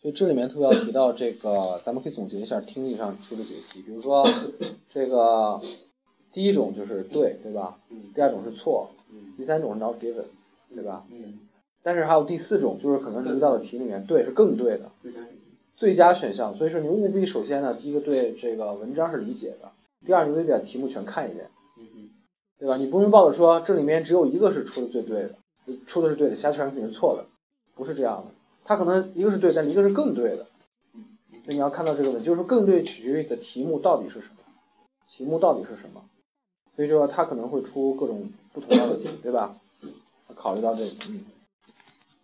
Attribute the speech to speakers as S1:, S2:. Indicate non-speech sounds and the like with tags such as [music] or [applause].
S1: 所以这里面特别要提到这个，咱们可以总结一下听力上出的几个题，比如
S2: [laughs]
S1: 说这个第一种就是对，对吧？
S2: 嗯
S1: 第二种是错，
S2: 嗯
S1: 第三种是 not given，对吧？
S2: 嗯，
S1: 但是还有第四种，就是可能遇到的题里面对是更对的
S2: 对嗯对
S1: 最佳选项，所以说你务必首先呢，第一个对这个文章是理解的，第二你未必把题目全看一遍，
S2: 嗯嗯
S1: 对吧？你不能抱着说这里面只有一个是出的最对的，出的是对的，其他全肯定是错的，不是这样的。它可能一个是对，但一个是更对的。所以你要看到这个问题，就是说更对取决于你的题目到底是什么，题目到底是什么。所以说它可能会出各种不同样的题，对吧？考虑到这个，嗯，